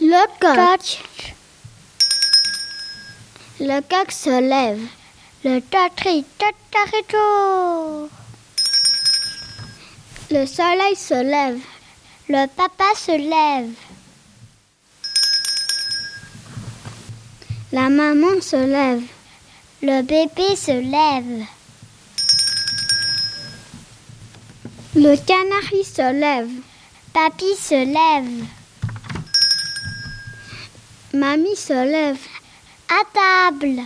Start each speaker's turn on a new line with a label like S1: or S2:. S1: Le coq. Le coq se lève. Le tatri tatarito. Le soleil se lève. Le papa se lève. La maman se lève. Le bébé se lève. Le canari se lève. Papy se lève. Mamie se lève. À table.